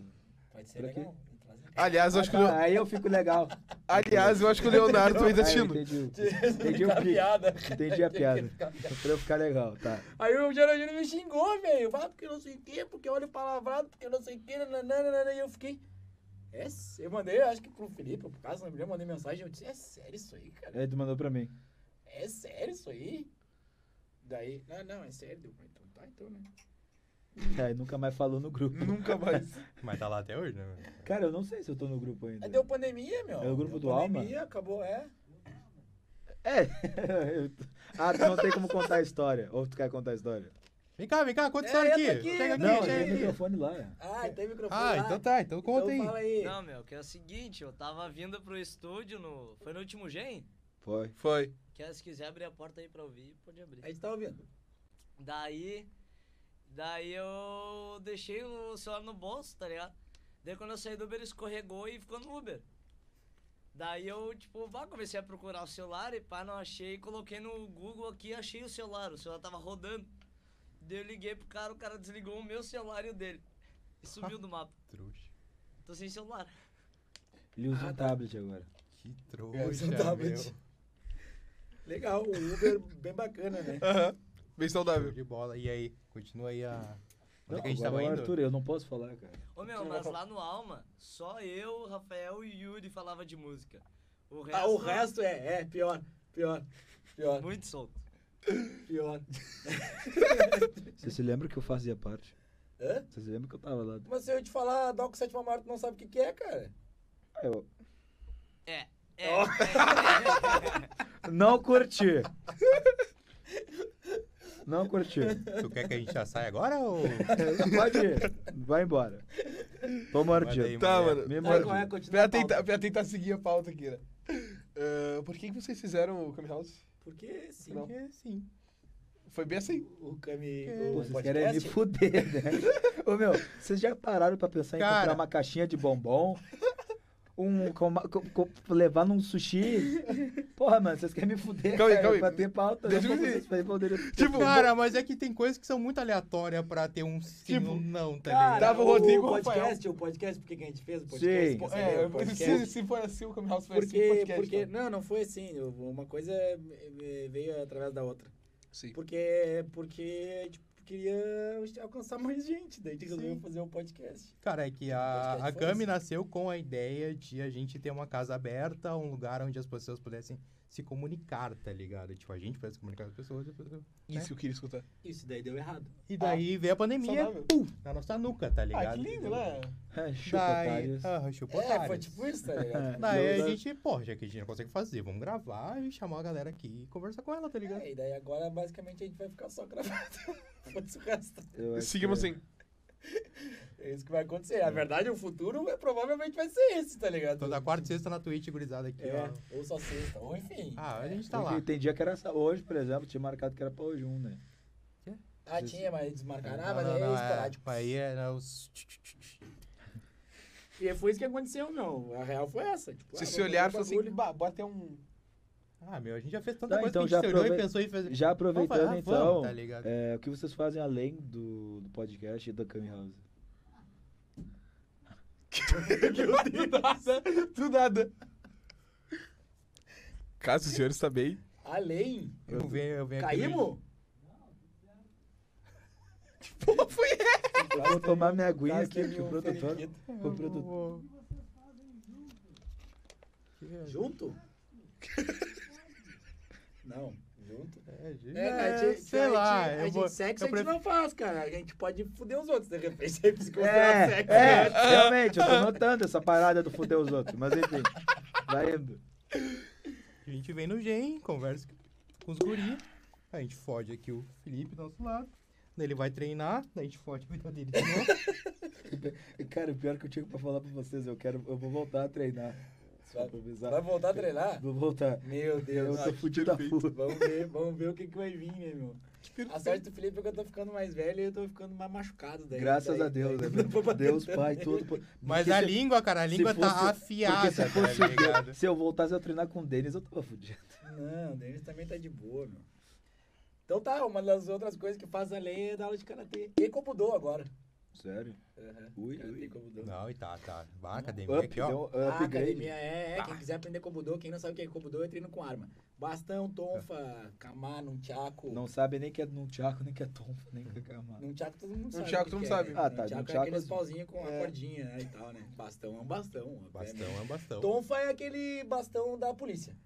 S3: Pode ser
S4: Pra quê?
S3: legal. vou trazer.
S2: Aliás, eu
S4: Ah,
S2: acho que o
S4: tá,
S2: Leo-
S4: Aí eu fico legal.
S2: Aliás, eu acho que o Leonardo também tá
S4: Ah, eu
S2: assistindo.
S4: entendi, o-
S3: Entendi
S4: o pique.
S3: piada.
S4: entendi a piada. Pra eu ficar legal, tá.
S3: Aí o Geraldino me xingou, velho. Ah, porque não sei o quê, porque olha o palavrado, porque não sei o quê, nananana. E eu fiquei. É, sé- eu mandei, acho que pro Felipe, ou pro caso, não me lembro, mandei mensagem. Eu disse, é sério isso aí, cara?
S4: Aí tu mandou pra mim.
S3: É sério isso aí? Daí, não, não, é sério. Eu falei, Então tá, então, né?
S4: Aí nunca mais falou no grupo.
S2: Nunca mais.
S5: Mas tá lá até hoje, né? meu?
S4: Cara, eu não sei se eu tô no grupo ainda.
S3: Aí deu pandemia, meu.
S4: É o grupo
S3: deu
S4: do
S3: pandemia, acabou, é.
S4: É. eu tô- Ah, tu não tem como contar a história. Ou tu quer contar a história?
S5: Vem cá, vem cá, conta a
S3: É,
S5: história
S3: entra
S5: aqui.
S3: aqui, entra
S5: Chega aqui,
S4: Não,
S3: aqui.
S5: chega
S4: tem
S5: aqui.
S4: o microfone lá. é.
S3: Ah, tem microfone
S5: Ah,
S3: lá.
S5: então tá, então
S3: então
S5: conta aí.
S3: fala aí.
S6: Não, meu, que é o seguinte, eu tava vindo pro estúdio no. Foi no último gen?
S4: Foi.
S2: Foi.
S6: Que é, se quiser abrir a porta aí pra ouvir, pode abrir.
S3: A gente tá ouvindo.
S6: Daí. Daí eu deixei o celular no bolso, tá ligado? Daí quando eu saí do Uber, escorregou e ficou no Uber. Daí eu, tipo, vá, comecei a procurar o celular e pá, não achei. Coloquei no Google aqui e achei o celular. O celular tava rodando. Daí eu liguei pro cara, o cara desligou o meu celular e o dele. E sumiu do mapa.
S5: Trouxa.
S6: Tô sem celular.
S4: Ele usa um tablet agora.
S5: Que
S3: Essa
S5: trouxa,
S3: não tava
S5: meu.
S3: muito- tá Legal, o Uber bem bacana, né?
S2: Aham. Bem
S5: Show
S2: saudável.
S5: de bola. E aí, continua aí a... Onde é
S4: Não,
S5: que a gente
S4: agora
S5: tava
S4: é o
S5: indo?
S4: Arthur, eu não posso falar, cara.
S6: Ô meu, mas lá no Alma, só eu, Rafael e Yuri falava de música. O resto,
S3: Ah, o resto é, é, pior, pior, pior,
S6: muito solto.
S3: pior.
S4: Você se lembra que eu fazia parte?
S3: Hã?
S4: Você se lembra que eu tava lá?
S3: Mas se eu te falar Doc Sétima Mara, tu não sabe o que, que é, cara.
S4: Ah, eu-
S6: É. É,
S3: Ó.
S4: Não curti. Não curti.
S5: Tu quer que a gente já saia agora ou...
S4: Pode ir. Vai embora. Tô mordido.
S5: Manda aí,
S2: Tá,
S5: Maria.
S2: mano.
S4: Me
S3: Sabe qual
S4: mordido.
S3: é
S2: Pra
S3: a continuação?
S2: tentar, pra tentar seguir a pauta aqui, né? Ah, por que, que vocês fizeram o Kami House?
S3: Porque sim,
S2: Não.
S5: É, sim.
S2: Foi bem assim.
S3: o Cami.
S4: Pô,
S3: O
S4: Vocês
S3: podcast,
S4: querem me fuder, né? Ô meu, vocês já pararam pra pensar em
S5: Cara.
S4: comprar uma caixinha de bombom? Um. com- com- com- levar num sushi? Porra, mano, vocês querem me fuder?
S2: Calma
S4: cara,
S2: aí, calma aí.
S4: Pra ter pauta, né?
S2: Deixa eu
S4: Como
S2: ver.
S4: vocês poderiam ter
S2: Tipo,
S5: Cara, mas é que tem coisas que são muito aleatórias pra ter um sim
S2: Tipo,
S5: ou não, tá
S3: Cara,
S5: ligado?
S2: Tava o Rodrigo
S3: o
S2: Rafael.
S3: podcast, o podcast, por que que a gente fez o um podcast?
S4: Sim.
S3: quer saber?
S2: É,
S3: O
S2: se, se for assim, o Kami House foi assim, o
S3: Porque,
S2: podcast.
S3: porque,
S2: tá?
S3: não, não foi assim. eu- Uma coisa eh, veio através da outra.
S2: Sim.
S3: Porque, porque tipo, queria alcançar mais gente. Daí a gente resolveu fazer o podcast.
S5: Cara, é que
S3: Podcast
S5: a,
S3: foi
S5: a Cami
S3: isso.
S5: nasceu com a ideia de a gente ter uma casa aberta, um lugar onde as pessoas pudessem se comunicar, tá ligado? Tipo, a gente parece comunicar com as pessoas. as pessoas-
S2: Isso que eu queria escutar.
S3: Isso daí deu errado.
S5: E
S3: Ah,
S5: daí veio a pandemia,
S2: saudável.
S5: pum, na nossa nuca, tá ligado?
S2: Ah, que lindo,
S5: Entendeu?
S2: né?
S4: É, chupa,
S5: Daí,
S4: otários.
S5: ah, chupa
S3: É, foi
S5: otários.
S3: tipo isso, tá ligado?
S5: Daí
S4: Não, é
S5: a
S4: não.
S5: gente, pô, já que a gente não consegue fazer, vamos gravar e chamar a galera aqui e conversar com ela, tá ligado?
S3: É, e daí agora basicamente a gente vai ficar só gravado. Foda-se o resto.
S4: Eu acho
S2: Sigamos
S4: que-
S2: assim.
S3: É isso que vai acontecer. A verdade, o futuro é, provavelmente vai ser esse, tá ligado?
S5: Toda quarta e sexta na Twitch, gurizada aqui, ó.
S3: É, ou só sexta, ou enfim.
S5: Ah, a gente tá lá.
S4: Porque Tem dia que era essa- hoje, por exemplo, tinha marcado que era pra hoje um, né?
S3: Ah, tinha, mas desmarcaram. Ah,
S5: Não,
S3: mas
S5: não,
S3: aí
S5: não,
S3: é
S5: é,
S3: esporádico.
S5: Aí era os...
S3: E foi isso que aconteceu, meu. A real foi essa. Tipo,
S2: Vocês
S3: ah,
S2: se
S3: vamos
S2: olharam e
S3: fazer um
S2: falaram assim,
S3: bagulho.
S2: bah, bora ter um...
S5: Ah, meu, a gente já fez tanta
S4: Tá,
S5: coisa
S4: então
S5: que
S4: já
S5: a gente se olhou e
S4: aprove-
S5: pensou em fazer.
S4: Já
S5: Vamos fazer,
S4: aproveitando
S5: ah,
S4: então,
S5: Vamos, tá ligado?
S4: é, o que vocês fazem além do, do podcast e da Cami House?
S2: do nada, do nada. Caso os senhores está bem.
S3: Além,
S5: Eu venho, eu venho aqui
S3: caímos?
S2: Pô,
S3: Tipo,
S2: foi
S4: Eu vou tomar minha
S3: Tá,
S4: aguinha aqui,
S3: teve
S4: porque o
S3: um
S4: produtor.
S3: periquito.
S4: O produtor.
S3: Junto? não, junto.
S5: É, gente,
S3: É, cara, a
S5: é,
S3: gente-
S5: sei
S3: a
S5: lá.
S3: gente, a
S5: eu
S3: gente
S5: vou-
S3: sexo
S5: eu
S3: a gente
S5: prefiro-
S3: não faz, cara. A gente pode fuder os outros, de repente, aí se considerar
S4: É,
S3: sexo. né?
S4: é, realmente, eu tô notando essa parada do fuder os outros, mas enfim, vai indo.
S5: A gente vem no Gen, conversa com os guri. A gente fode aqui o Felipe do nosso lado. Daí ele vai treinar, daí a gente fode a vida dele de novo.
S4: Cara, o pior que eu tinha pra falar pra vocês, eu quero, eu vou voltar a treinar. Só
S3: Vai-
S4: pra
S3: Vai
S4: avisar.
S3: voltar a treinar?
S4: Vou voltar.
S3: Meu
S4: Eu
S3: Deus,
S4: tô fudido a full.
S3: Vamos ver, vamos ver o que, que vai vir, né, meu? A sorte do Felipe é que eu tô ficando mais velho e eu tô ficando mais machucado daí.
S4: Graças
S3: daí-
S4: a Deus,
S3: daí-
S4: né?
S3: Vou bater
S4: Deus,
S3: também.
S4: Pai, todo. po-
S5: Mas
S4: Porque
S5: a
S4: se-
S5: língua, cara, a
S4: se
S5: língua
S4: fosse-
S5: tá
S4: porque
S5: afiada,
S4: se fosse
S5: tá
S4: eu-
S5: ligado?
S4: Se eu voltasse a treinar com o Denis, eu tava fudido.
S3: Não, o Denis também tá de boa, meu. Então tá, uma das outras coisas que faz além é dar aula de karatê. E Kobudô agora.
S4: Sério?
S3: Aham. É,
S4: Ui,
S3: Karatê
S4: ui.
S3: e Kobudô.
S5: Não, e tá, tá. Vai, academia
S4: Up,
S5: aqui, ó.
S4: deu um upgrade.
S3: Ah,
S4: Ah.
S3: academia é, é. Quem quiser aprender Kobudô, quem não sabe o que é Kobudô, eu treino com arma. Bastão, tonfa, kamar, nunchaku.
S4: É. Não sabe nem que é num Tiago, nem que é Tom, nem que é Camar.
S3: Nunchaku todo mundo sabe.
S2: Nunchaku
S3: o que
S2: todo mundo
S3: que
S2: sabe.
S3: É.
S4: Ah, tá,
S3: Nunchaku é
S4: nunchaku
S3: aqueles
S4: é-
S3: pauzinhos com a
S2: é.
S3: cordinha né, e tal, né? Bastão é um bastão.
S5: Bastão
S3: obviamente.
S5: é um
S2: Então.
S5: bastão.
S3: Tonfa é aquele bastão da polícia.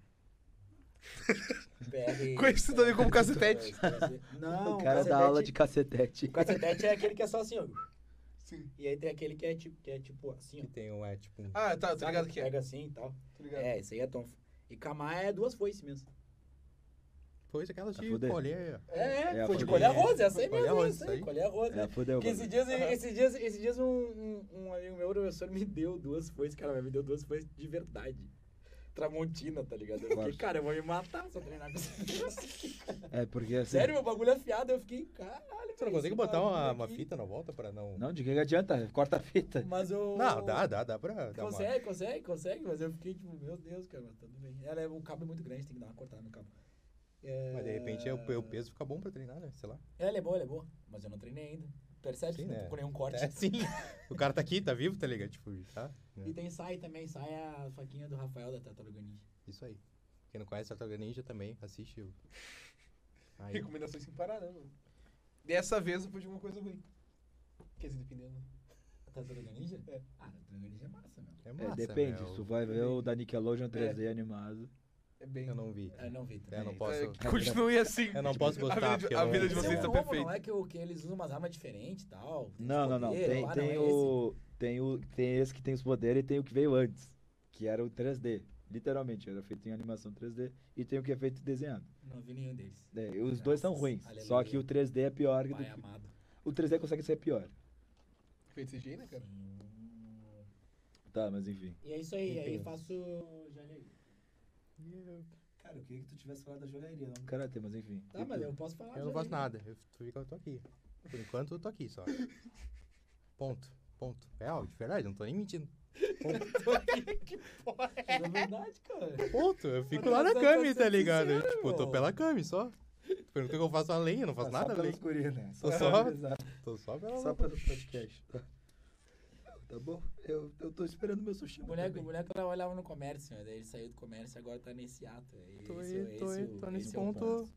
S3: PR,
S2: Conhecido também como cacetete.
S4: o
S3: Não,
S4: cara dá aula de cacetete.
S3: O cacetete é aquele que é só assim, ó.
S2: Sim.
S3: E aí tem aquele que é tipo, que é tipo assim,
S5: Que
S3: ó.
S5: tem um, é tipo um.
S2: Ah, tá, tô
S3: Sabe?
S2: ligado que é.
S3: Pega assim e tal.
S2: Tô ligado.
S3: É, isso aí é tonfa. E camar é duas foices mesmo.
S5: Foi aquela
S4: Tá
S5: de
S4: fudendo.
S5: colher.
S3: É,
S4: É,
S3: foi
S4: a
S3: de
S4: folha-
S3: colher arroz, essa aí
S5: Colher
S3: mesmo,
S5: arroz,
S3: isso
S5: isso
S3: aí,
S5: aí.
S3: colher arroz.
S4: É, fudeu.
S3: Porque
S4: mano.
S3: esses dias, esses dias, esses dias um, um, um amigo meu, professor, me deu duas foices, cara, mas me deu duas foices de verdade. Tramontina, tá ligado? Eu fiquei,
S4: Claro.
S3: cara, eu vou me matar se eu treinar com isso.
S4: É, porque assim.
S3: Sério, meu bagulho afiado, eu fiquei, caralho.
S5: Você
S3: velho,
S5: não consegue
S3: esse
S5: botar uma,
S3: bagulho
S5: uma
S3: aqui.
S5: fita na volta pra não.
S4: Não, de que que adianta? Corta a fita.
S3: Mas eu...
S5: Não, dá, dá, dá pra. Dá uma...
S3: Consegue, consegue, consegue, mas eu fiquei tipo, meu Deus, cara, mas tudo bem. Ela é, o cabo é muito grande, tem que dar uma cortada no cabo. É,
S5: Mas de repente é o, o peso fica bom pra treinar, né? Sei lá.
S3: Ela é boa, ela é boa, mas eu não treinei ainda. Percebe?
S5: Sim,
S3: que não
S5: né?
S3: tô com nenhum corte.
S5: É sim. o cara tá aqui, tá vivo, tá ligado? Tipo, tá? né?
S3: E tem sai também, sai a faquinha do Rafael da Tartaruga Ninja.
S5: Isso aí. Quem não conhece Tartaruga Ninja também, assiste. o- Aí.
S2: Recomendações sem parar, né, mano? Dessa vez eu pude uma coisa ruim. Quer dizer, dependendo.
S3: A Tartaruga Ninja? É. Ah, a Tartaruga Ninja é massa, meu.
S5: É
S4: É,
S5: massa,
S4: depende.
S5: meu.
S4: Tu vai ver o da
S3: É.
S4: Nickelodeon 3D animado.
S2: É bem.
S5: Eu não vi.
S3: Ah, não vi também.
S5: Eu não
S2: É,
S5: posso.
S2: Continue assim.
S5: Eu não posso gostar,
S2: A vida de,
S5: porque
S2: a
S5: eu
S2: vida
S5: não-
S2: de
S3: Esse
S2: vocês tá
S3: é um
S2: está
S3: novo,
S2: perfeita.
S3: Não é que, o- que eles usam umas armas diferentes e tal? tem
S4: Não,
S3: os
S4: não, não.
S3: poderes
S4: Tem,
S3: lá,
S4: tem
S3: é esse?
S4: o. Tem o. Tem esse que tem os poderes e tem o que veio antes. Que era o 3D. Literalmente, era feito em animação 3D e tem o que é feito desenhado.
S3: Não vi nenhum deles.
S4: É, e os dois são
S3: Nossa,
S4: ruins. Só que o 3D é pior que do
S3: Pai
S4: que.
S3: amado.
S4: O 3D consegue ser pior.
S2: Feito CGI, né, cara?
S3: Hum.
S4: Tá, mas enfim.
S3: E é isso aí, aí
S5: Entendo.
S3: eu faço joalheria.
S1: Cara, eu queria que tu tivesse falado da joalheria. Não...
S4: Karate, mas enfim.
S3: Tá, mas eu posso falar.
S5: Eu não faço
S3: joalheria.
S5: nada. Eu fico, eu tô aqui. Por enquanto eu tô aqui só. Ponto. Ponto. É áudio, verdade, não tô nem mentindo.
S3: Mas É verdade, cara.
S5: Ponto. Eu fico
S3: Mas
S5: lá na
S3: tá-
S5: Kami,
S3: tá-
S5: tá
S3: tá
S5: ligado?
S3: sincero,
S5: tipo, eu tô
S3: meu.
S5: pela Kami só. Tu perguntou o que eu faço além, eu não
S3: Tá
S5: faço nada
S4: só
S5: além.
S4: pelos guri, né?
S5: Tô só-
S4: Exato,
S5: Tô só pela
S4: só pelo podcast. Tá, Tá bom? Eu, eu tô esperando meu sushi.
S3: O boneco, o boneco trabalhava no comércio, né? daí ele saiu do comércio e agora tá nesse ato. E
S5: Tô
S3: esse-
S5: aí, tô
S3: esse
S5: aí,
S3: o-
S5: tô nesse
S3: esse é o
S5: ponto,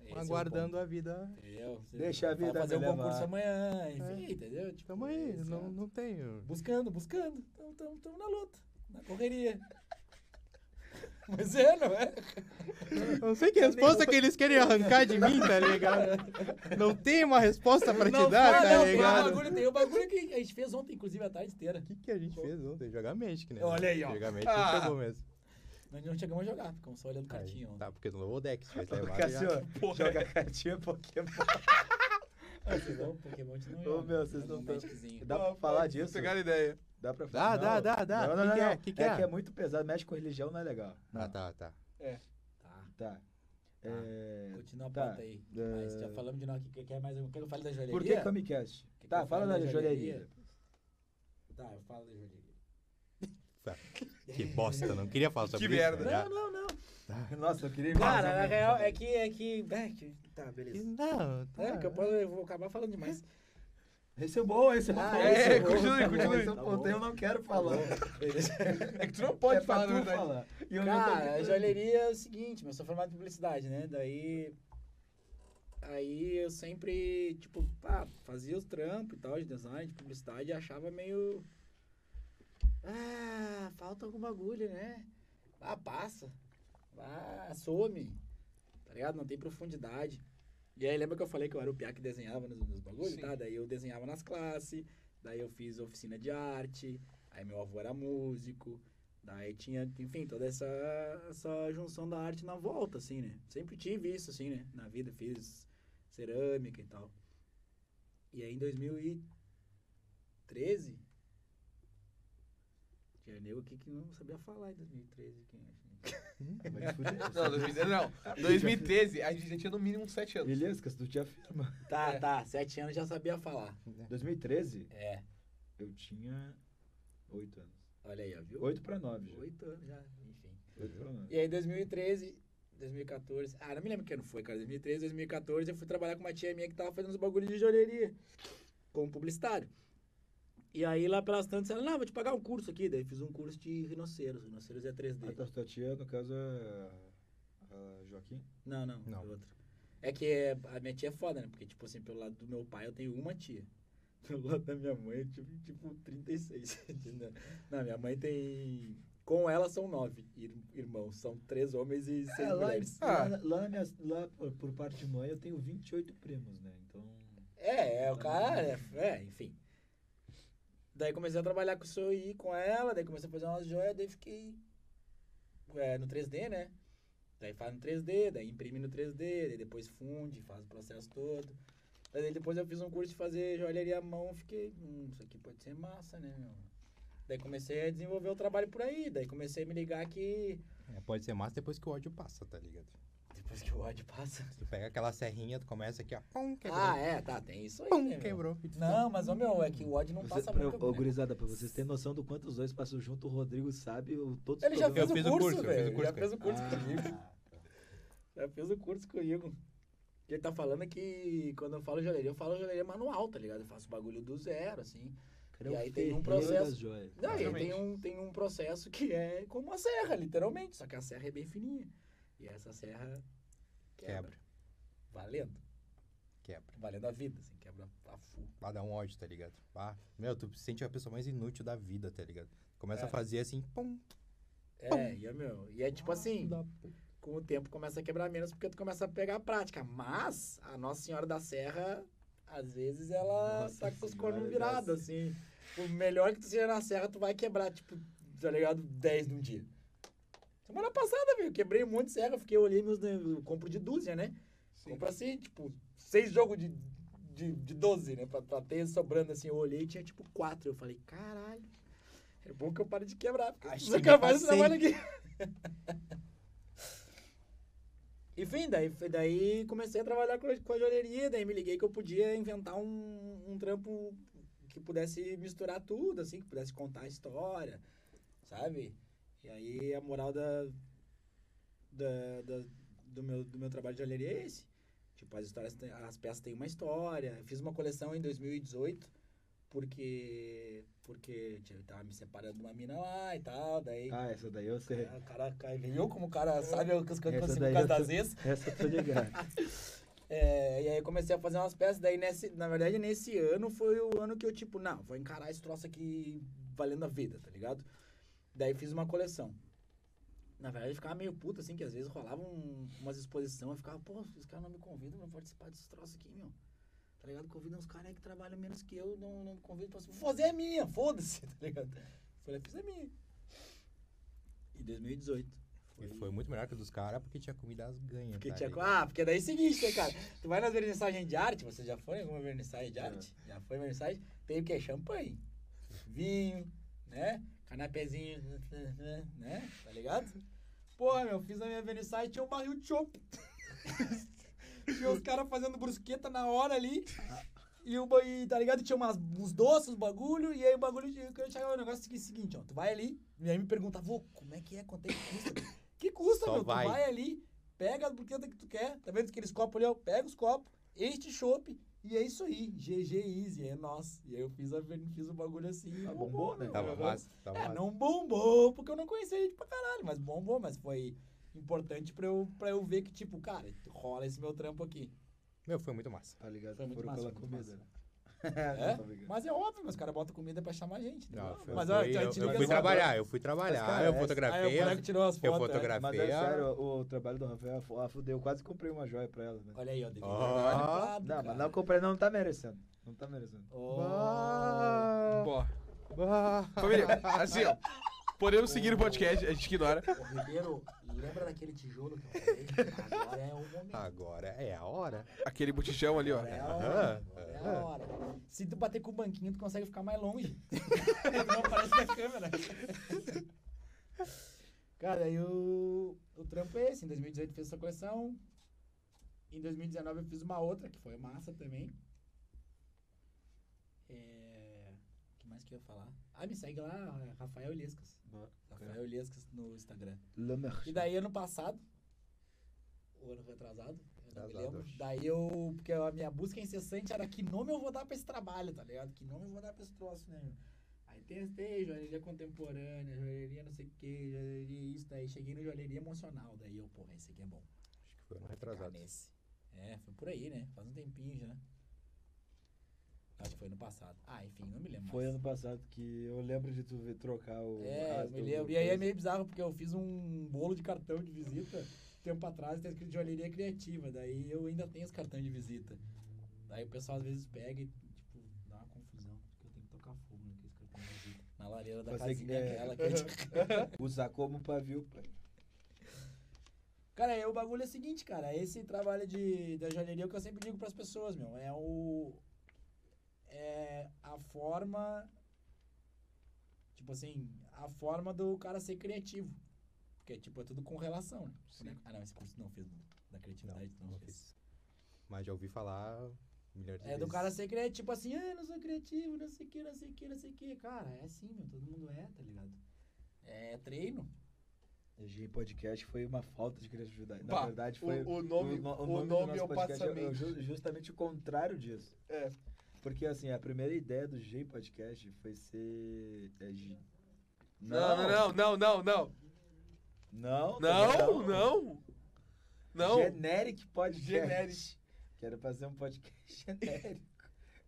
S3: Esse é o
S5: aguardando
S3: ponto,
S5: a vida.
S3: entendeu? Você
S4: Deixa a
S3: vai
S4: vida
S3: fazer um
S4: me
S3: concurso
S4: levar.
S3: amanhã, enfim, entendeu? Tipo,
S5: É. Tamo aí,
S3: esse
S5: não,
S3: ato.
S5: não tenho.
S3: Buscando, buscando. Tamo, tamo, tamo na luta, na correria. Mas é, não é?
S5: Não sei que resposta que eles querem arrancar de mim, tá ligado? Não tem uma resposta pra te dar,
S3: não,
S5: tá
S3: tem um
S5: ligado?
S3: bagulho, tem um bagulho que a gente fez ontem, inclusive, a tarde inteira.
S5: O que, que a gente fez ontem? Jogar Magic, né?
S3: Olha aí, ó.
S5: Jogar Magic
S2: Ah.
S5: não chegou mesmo.
S3: Nós não chegamos a jogar, ficamos só olhando
S5: Aí,
S3: cartinha. ontem.
S5: Tá, porque não levou o deck, se tivesse
S4: Ô,
S5: levado,
S3: assim,
S5: já-
S4: Cassio, assim, joga cartinha é Pokémon.
S3: Ah, vocês não, Pokémon a gente não
S4: Ô,
S3: joga,
S4: meu,
S3: né?
S4: vocês
S3: Mas
S4: não
S3: um
S4: tão-
S3: Magiczinho.
S4: Dá pra falar disso?
S2: Pegar a ideia.
S4: Dá pra
S5: Dá, dá,
S4: Não.
S5: dá, dá.
S4: Não, não,
S5: Que
S4: não.
S5: que é?
S4: não.
S5: Que que
S4: é
S5: é?
S4: que é muito pesado. Mexe com religião, não é legal.
S5: Ah,
S4: Não.
S5: tá, Ah. tá.
S3: Tá,
S4: Tá. É,
S3: continua a
S4: Tá.
S3: pauta aí.
S4: É.
S3: Mas Ah, já falamos de nós aqui. Quer quer mais algum? Quer que eu fale da joalheria?
S4: Por que Comicast?
S3: Quer que
S4: Tá,
S3: eu
S4: fala
S3: fale
S4: da joalheria.
S3: Tá, eu falo da joalheria.
S5: Que bosta, não queria falar sobre
S2: Que
S5: isso,
S2: merda.
S5: né?
S3: não, não.
S4: Nossa, eu queria
S3: Cara,
S4: mais um
S3: na
S4: alguém.
S3: real, é que, é que... É que tá,
S5: Que-
S3: beleza.
S5: Não, tá.
S3: É, que eu, posso, eu vou acabar falando demais.
S4: Esse é bom, esse é bom.
S3: Ah,
S4: esse
S2: é,
S4: bom,
S2: continue,
S4: tá bom,
S2: continue.
S4: Esse é um
S3: Tá
S4: ponto,
S3: bom.
S4: eu não quero falar.
S2: É que tu não pode
S4: é pra
S2: falar,
S4: tu
S2: na verdade.
S4: falar. E eu não tô
S3: Cara, a
S4: aqui-
S3: joalheria é o seguinte, mas eu sou formado em publicidade, né? Daí. Aí eu sempre, tipo, pá, fazia os trampos e tal, de design, de publicidade, e achava meio. Ah, falta algum bagulho, né? Ah, passa. Ah, some. Tá ligado? Não tem profundidade. E aí lembra que eu falei que eu era o piá que desenhava nos, nos bagulhos,
S2: Sim.
S3: tá? Daí eu desenhava nas classes, daí eu fiz oficina de arte, aí meu avô era músico. Daí tinha, enfim, toda essa, essa junção da arte na volta, assim, né? Sempre tive isso, assim, né? Na vida, fiz cerâmica e tal. E aí em 2013. Tinha nego aqui que não sabia falar em 2013. Quem é, acha?
S4: Vai te fuder.
S2: Não, 2013 não. 2013, a gente já tinha no mínimo 7
S5: é
S2: anos.
S4: Ilescas, tu te afirma.
S3: Tá, tá, sete anos já sabia falar.
S4: 2013,
S3: É,
S4: eu tinha 8 anos.
S3: olha aí, ó, viu?
S4: 8 pra 9 já.
S3: Oito anos já, enfim.
S4: 8 pra 9.
S3: E aí, 2013, 2014. Ah, não me lembro que ano foi, cara. 2013, 2014, eu fui trabalhar com uma tia minha que tava fazendo uns bagulhos de joalheria. Como publicitário. E aí, lá pelas tantas, ela, não, vou te pagar um curso aqui. Daí fiz um curso de rinoceros. Rinoceros é 3D.
S4: A tua- tua tia, no caso, é a Joaquim.
S3: Não, não,
S5: Não.
S3: é outro. É que é- a minha tia é foda, né? Porque, tipo assim, pelo lado do meu pai eu tenho uma tia. Pelo lado da minha mãe eu tive, tipo, 36. entendeu? não, minha mãe tem... Com ela são nove ir- irmãos. São três homens e seis
S4: É, lá, em-
S3: mulheres.
S2: Ah.
S4: lá, lá, na minha, lá por, por parte de mãe, eu tenho 28 primos, né? Então.
S3: É, é, o cara, é, é, enfim. Daí comecei a trabalhar com o seu I com ela, daí comecei a fazer umas joias, daí fiquei é, no 3D, né? Daí faz no 3D, daí imprime no 3D, daí depois funde, faz o processo todo. Daí depois eu fiz um curso de fazer joalheria à mão, fiquei, hum, isso aqui pode ser massa, né, meu? Daí comecei a desenvolver o trabalho por aí, daí comecei a me ligar que
S5: É, pode ser massa depois que o ódio passa, tá ligado?
S3: depois que o ódio passa.
S5: Tu pega aquela serrinha, tu começa aqui, ó. Pum, quebrou.
S3: Ah, é, tá, tem isso aí,
S5: pum,
S3: né, meu?
S5: quebrou. E tu-
S3: Não, mas, ô, meu, é que o ódio não
S4: Você-
S3: passa
S4: pra,
S3: nunca,
S4: ô,
S3: né?
S4: gurizada, pra vocês terem noção do quanto os dois passam junto, o Rodrigo sabe o, todos
S3: Ele
S4: os
S3: já
S5: Eu
S3: fez,
S4: problemas.
S5: fiz o
S3: o
S5: curso,
S3: curso,
S5: eu fiz o
S3: velho.
S5: curso,
S3: Já fez o curso comigo.
S4: Ah,
S3: Já fez o curso comigo. O que ele tá falando é que quando eu falo joalheria, eu falo joalheria manual, tá ligado? Eu faço bagulho do zero, assim.
S4: cara, é
S3: E
S4: um
S3: aí tem um
S4: ferreiro
S3: processo-
S4: das joias.
S3: Não, e
S2: Realmente.
S3: tem um, tem um processo que é como a serra, literalmente. Só que a serra é bem fininha. E essa serra quebra.
S5: Quebra,
S3: Valendo.
S5: quebra.
S3: Valendo a vida, assim. Quebra a full.
S5: Lá dá um ódio, tá ligado? Ah, meu, tu se sente a pessoa mais inútil da vida, tá ligado? Começa
S3: É.
S5: a fazer assim, pum.
S3: É, e é meu. E é tipo assim,
S5: dá-
S3: com o tempo começa a quebrar menos porque tu começa a pegar a prática. Mas a Nossa Senhora da Serra, às vezes, ela
S4: Nossa
S3: tá com os
S4: Senhora
S3: cornos
S4: da
S3: virados, assim. O melhor que tu seja na serra, tu vai quebrar, tipo, tá ligado? 10 num dia. Semana passada, viu? Quebrei um monte de serra, fiquei olhei meus. né, Eu compro de dúzia, né? Compra assim, tipo, seis jogos de, de, de 12, né? Pra, pra ter sobrando assim. Eu olhei e tinha tipo quatro. Eu falei, caralho. É bom que eu pare de quebrar. porque
S5: Acho
S3: Se eu
S5: que tá me
S3: acabar esse
S5: passei.
S3: trabalho aqui. Enfim, daí, foi- daí comecei a trabalhar com a, com a joalheria, daí me liguei que eu podia inventar um, um trampo que pudesse misturar tudo, assim, que pudesse contar a história, sabe? E aí a moral da, da, da- do, meu, do meu trabalho de joalheria é esse. Tipo, as histórias, têm- as peças têm uma história. Eu fiz uma coleção em 2018, porque, porque tipo, eu tava me separando de uma mina lá e tal, daí...
S4: Ah, essa daí eu sei.
S3: Ah, Caraca, viu como o cara sabe o que as coisas
S4: Essa
S3: acontecem
S4: daí
S3: assim por causa
S4: eu tô-
S3: das vezes?
S4: Essa eu tô ligado.
S3: É, e aí eu comecei a fazer umas peças, daí nesse, na verdade nesse ano foi o ano que eu tipo, não, vou encarar esse troço aqui valendo a vida, tá ligado? Daí fiz uma coleção. Na verdade, eu ficava meio puto, assim, que às vezes rolava um- umas exposições, eu ficava, pô, os caras não me convidam pra participar desse troço aqui, meu. Tá ligado? Convidam uns caras aí que trabalham menos que eu, não, não me convidam pra vou fazer a minha, foda-se, tá ligado? Eu Falei, fiz a minha. Em 2018.
S5: E foi muito melhor que o dos caras porque tinha comida às ganhas.
S3: Porque
S5: tá
S3: tinha...
S5: ligado?
S3: Ah, porque daí é o seguinte, né, cara? Tu vai nas vernissagens de arte, vocês já foram em alguma vernissagem de arte? Já foi em vernissagem? Tem o quê? Champanhe, vinho, né? Canapezinho, né? Tá ligado? Porra, meu, fiz a minha vernissagem e tinha um barril de chopp. tinha os caras fazendo brusqueta na hora ali. E, o, ba- e tá ligado? Tinha umas, uns doces, uns bagulho, e aí o bagulho de- que eu chegava o negócio é o seguinte, ó. Tu vai ali, e aí me pergunta, vô, como é que é? Quanto é que custa? que custa,
S5: Só
S3: meu?
S5: vai.
S3: Tu vai ali, pega as buquetas que tu quer, tá vendo aqueles copos ali, ó? Pega os copos, enche chopp, e é isso aí. GG Easy, é nós. E aí eu fiz, a, ver- fiz o bagulho assim. e
S4: Ah,
S3: bombou,
S4: bombou, né?
S3: meu.
S5: Tá Tava massa, tava
S3: É,
S5: massa.
S3: não bombou, porque eu não conhecia gente pra caralho, mas bombou, mas foi importante pra eu, pra eu ver que, tipo, cara, rola esse meu trampo aqui.
S5: Meu, foi muito massa.
S4: Tá ligado?
S3: Foi muito
S4: Foram
S3: massa,
S4: pela
S3: muito
S4: comida.
S3: massa.
S4: né?
S3: É?
S4: Tô brincando.
S3: Mas é óbvio, mas os caras botam comida pra chamar a gente. né?
S5: Não, foi-
S3: mas
S5: foi-
S3: olha, a
S5: eu,
S3: gente não
S5: eu
S3: quer
S5: fui
S3: saber.
S5: trabalhar, eu fui trabalhar,
S4: Mas, cara,
S5: eu
S4: é-
S5: fotografei,
S3: Aí o moleque tirou as
S5: eu
S3: fotos. né?
S5: fotografei.
S4: Mas é
S5: a-
S4: sério, o, o trabalho do Rafael, a fudeu, eu quase comprei uma joia pra ela, né?
S3: é. Olha aí, ó. devia ter
S5: Ó.
S3: guardado,
S4: Não, mas
S3: cara.
S4: não comprei, não tá merecendo. Não tá merecendo.
S3: Ó.
S5: Ah,
S2: Bó.
S5: ah.
S2: Família, assim, ó. Podemos seguir o podcast, a gente ignora.
S3: Ô, Ribeiro, lembra daquele tijolo que eu falei? Agora é o momento.
S5: Agora é a hora.
S2: Aquele botichão ali, ó.
S3: Agora é a
S5: Aham,
S3: hora. Agora é a hora. Se tu bater com o banquinho, tu consegue ficar mais longe. não aparece na câmera. Cara, aí o, o trampo é esse. Em 2018 fiz essa coleção. Em 2019 eu fiz uma outra, que foi massa também. É... O que mais que eu ia falar? Ah, me segue lá, Rafael Lescas.
S4: Boa.
S3: Rafael Lescas no Instagram.
S4: Le
S3: E
S4: Merchan.
S3: daí ano passado, o ano retrasado, eu não me
S5: Atrasado,
S3: lembro.
S5: acho.
S3: Daí eu, porque a minha busca incessante era que nome eu vou dar pra esse trabalho, tá ligado? Que nome eu vou dar pra esse troço, né? meu? Aí testei joalheria contemporânea, joalheria não sei o que, joalheria isso, daí cheguei no joalheria emocional. Daí eu, porra, esse aqui é bom.
S5: Acho que foi ano
S3: Vou ficar
S5: retrasado.
S3: nesse. É, foi por aí, né? Faz um tempinho já. Acho que foi ano passado. Ah, enfim, não me lembro
S4: Foi
S3: mais.
S4: ano passado que eu lembro de tu ver trocar o.
S3: É, eu
S4: caso
S3: me
S4: do-
S3: lembro. E aí é
S4: coisa.
S3: meio bizarro, porque eu fiz um bolo de cartão de visita tempo atrás, tá escrito joalheria criativa. Daí eu ainda tenho esse cartão de visita. Daí o pessoal às vezes pega e, tipo, dá uma confusão. Porque eu tenho que tocar fogo naquele cartão de visita. Na lareira da
S4: Fazer que-
S3: casinha
S4: é.
S3: aquela que a gente
S4: Usar como pavio, pai.
S3: Cara, é, o bagulho é o seguinte, cara. Esse trabalho de, da joalheria é o que eu sempre digo pras pessoas, meu. É o. É a forma. Tipo assim, a forma do cara ser criativo. Porque, tipo, é tudo com relação, né? Ah, não, esse curso tu não fez do- da criatividade, tu não,
S5: não
S3: fez.
S5: fiz. Mas já ouvi falar milhares de
S3: É do
S5: vezes.
S3: cara ser criativo, tipo assim, ah, não sou criativo, não sei o que, não sei o que, não sei o que. Cara, é assim, meu. Todo mundo é, tá ligado? É treino.
S4: G podcast foi uma falta de criatividade. Na
S2: Pá,
S4: verdade, foi.
S2: o nome,
S4: no-
S2: o
S4: do
S2: nome
S4: nosso
S2: é o
S4: podcast
S2: passamento.
S4: ju- justamente o contrário disso.
S2: É.
S4: Porque, assim, a primeira ideia do G podcast foi ser. é, G-
S2: Não, não, não, não, não.
S4: Não,
S2: Não, não. Não.
S4: Generic podcast.
S2: Generic.
S4: Quero fazer um podcast genérico,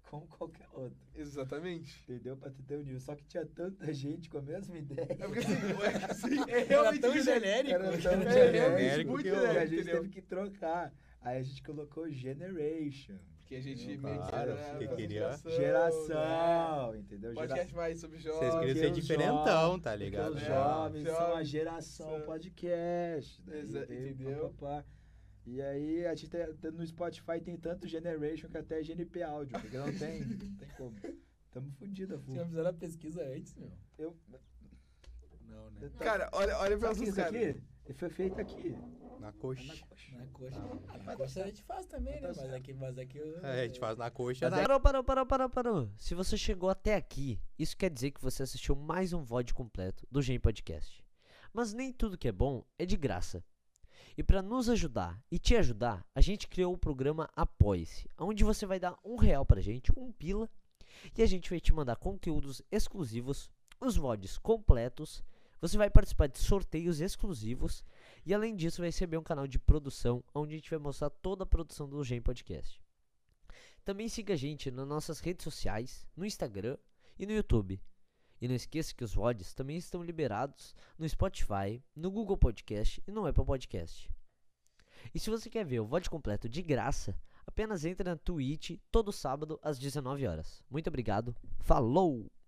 S4: como qualquer outro.
S2: Exatamente.
S4: Entendeu? Pra tu ter o nível. Só que tinha tanta gente com a mesma ideia.
S2: É porque assim, é que assim, é
S3: Era
S2: realmente
S3: tão
S2: genérico.
S3: genérico.
S4: Era tão
S2: Genérico,
S4: genérico
S2: muito
S4: que eu- que a
S2: genérico,
S4: gente
S2: entendeu?
S4: teve que trocar. Aí a gente colocou Generation.
S2: Porque a gente
S5: Não,
S2: meio que
S5: claro,
S2: era
S5: que
S2: uma
S5: queria.
S4: Geração, entendeu?
S2: né?
S4: Gera-
S2: Podcast mais sobre jogos.
S5: Vocês queriam ser
S4: os
S5: diferentão, tá
S4: Porque
S5: ligado?
S4: os
S2: É,
S4: jovens são a
S2: jovens
S4: geração
S2: são-
S4: podcast. Daí
S2: Exa-
S4: veio
S2: entendeu?
S4: pá, pá, pá. E aí, a gente tem- tem- no Spotify tem tanto Generation que até é GNP áudio, porque não tem, não tem como. Tamo fudida,
S3: Vocês já
S4: pô.
S3: fizeram a pesquisa antes, meu?
S4: Eu,
S3: Não, né?
S4: eu tô-
S2: Cara, olha, olha pra
S4: Sabe é
S2: vocês,
S4: isso
S2: cara.
S4: aqui? Ele foi feito aqui.
S5: Na coxa.
S3: Na coxa. Ah, na coxa a gente faz também, né? Mas aqui, mas aqui eu...
S5: É, a gente faz na coxa. na-
S7: Parou, parou, parou, parou, parou. Se você chegou até aqui, isso quer dizer que você assistiu mais um VOD completo do Gen Podcast. Mas nem tudo que é bom é de graça. E para nos ajudar e te ajudar, a gente criou o programa Apoie-se, onde você vai dar um real pra gente, um pila, e a gente vai te mandar conteúdos exclusivos, os VODs completos, você vai participar de sorteios exclusivos, e além disso vai receber um canal de produção, onde a gente vai mostrar toda a produção do Gen Podcast. Também siga a gente nas nossas redes sociais, no Instagram e no YouTube. E não esqueça que os VODs também estão liberados no Spotify, no Google Podcast e no Apple Podcast. E se você quer ver o VOD completo de graça, apenas entre na Twitch todo sábado às 19 horas. Muito obrigado. Falou!